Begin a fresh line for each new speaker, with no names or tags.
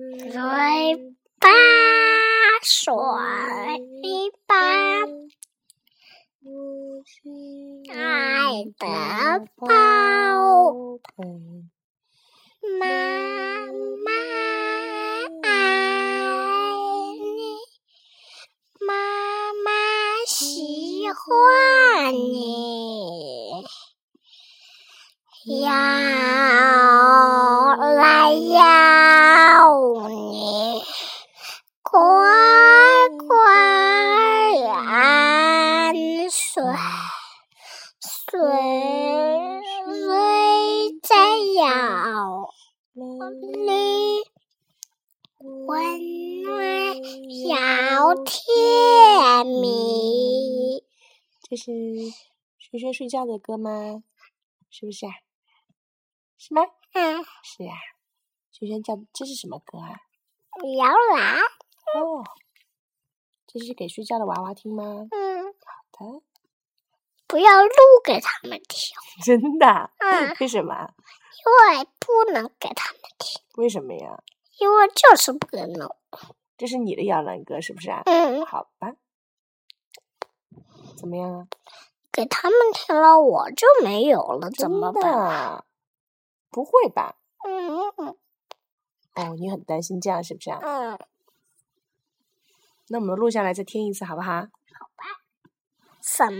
rồi ba xoài ba ai đã bao ma ma ai ma ma xí hoa nhỉ 要来要你乖乖安睡，睡睡在摇里温暖小甜蜜。
这是学学睡觉的歌吗？是不是啊？是吗？
嗯，
是啊。学学叫这是什么歌啊？
摇篮，
哦，这是给睡觉的娃娃听吗？啊
嗯，
好的，
不要录给他们听，
真的啊？
嗯
为什么？
因为不能给他们听。
为什么呀？
因为就是不能弄。
这是你的摇篮歌是不是啊？
嗯，
好吧。怎么样啊？
给他们听了我就没有了，怎么
真
办？
的？啊不会吧？
嗯嗯
哦，你很担心这样是不是啊？
嗯，
那我们录下来再听一次好不好？
什么？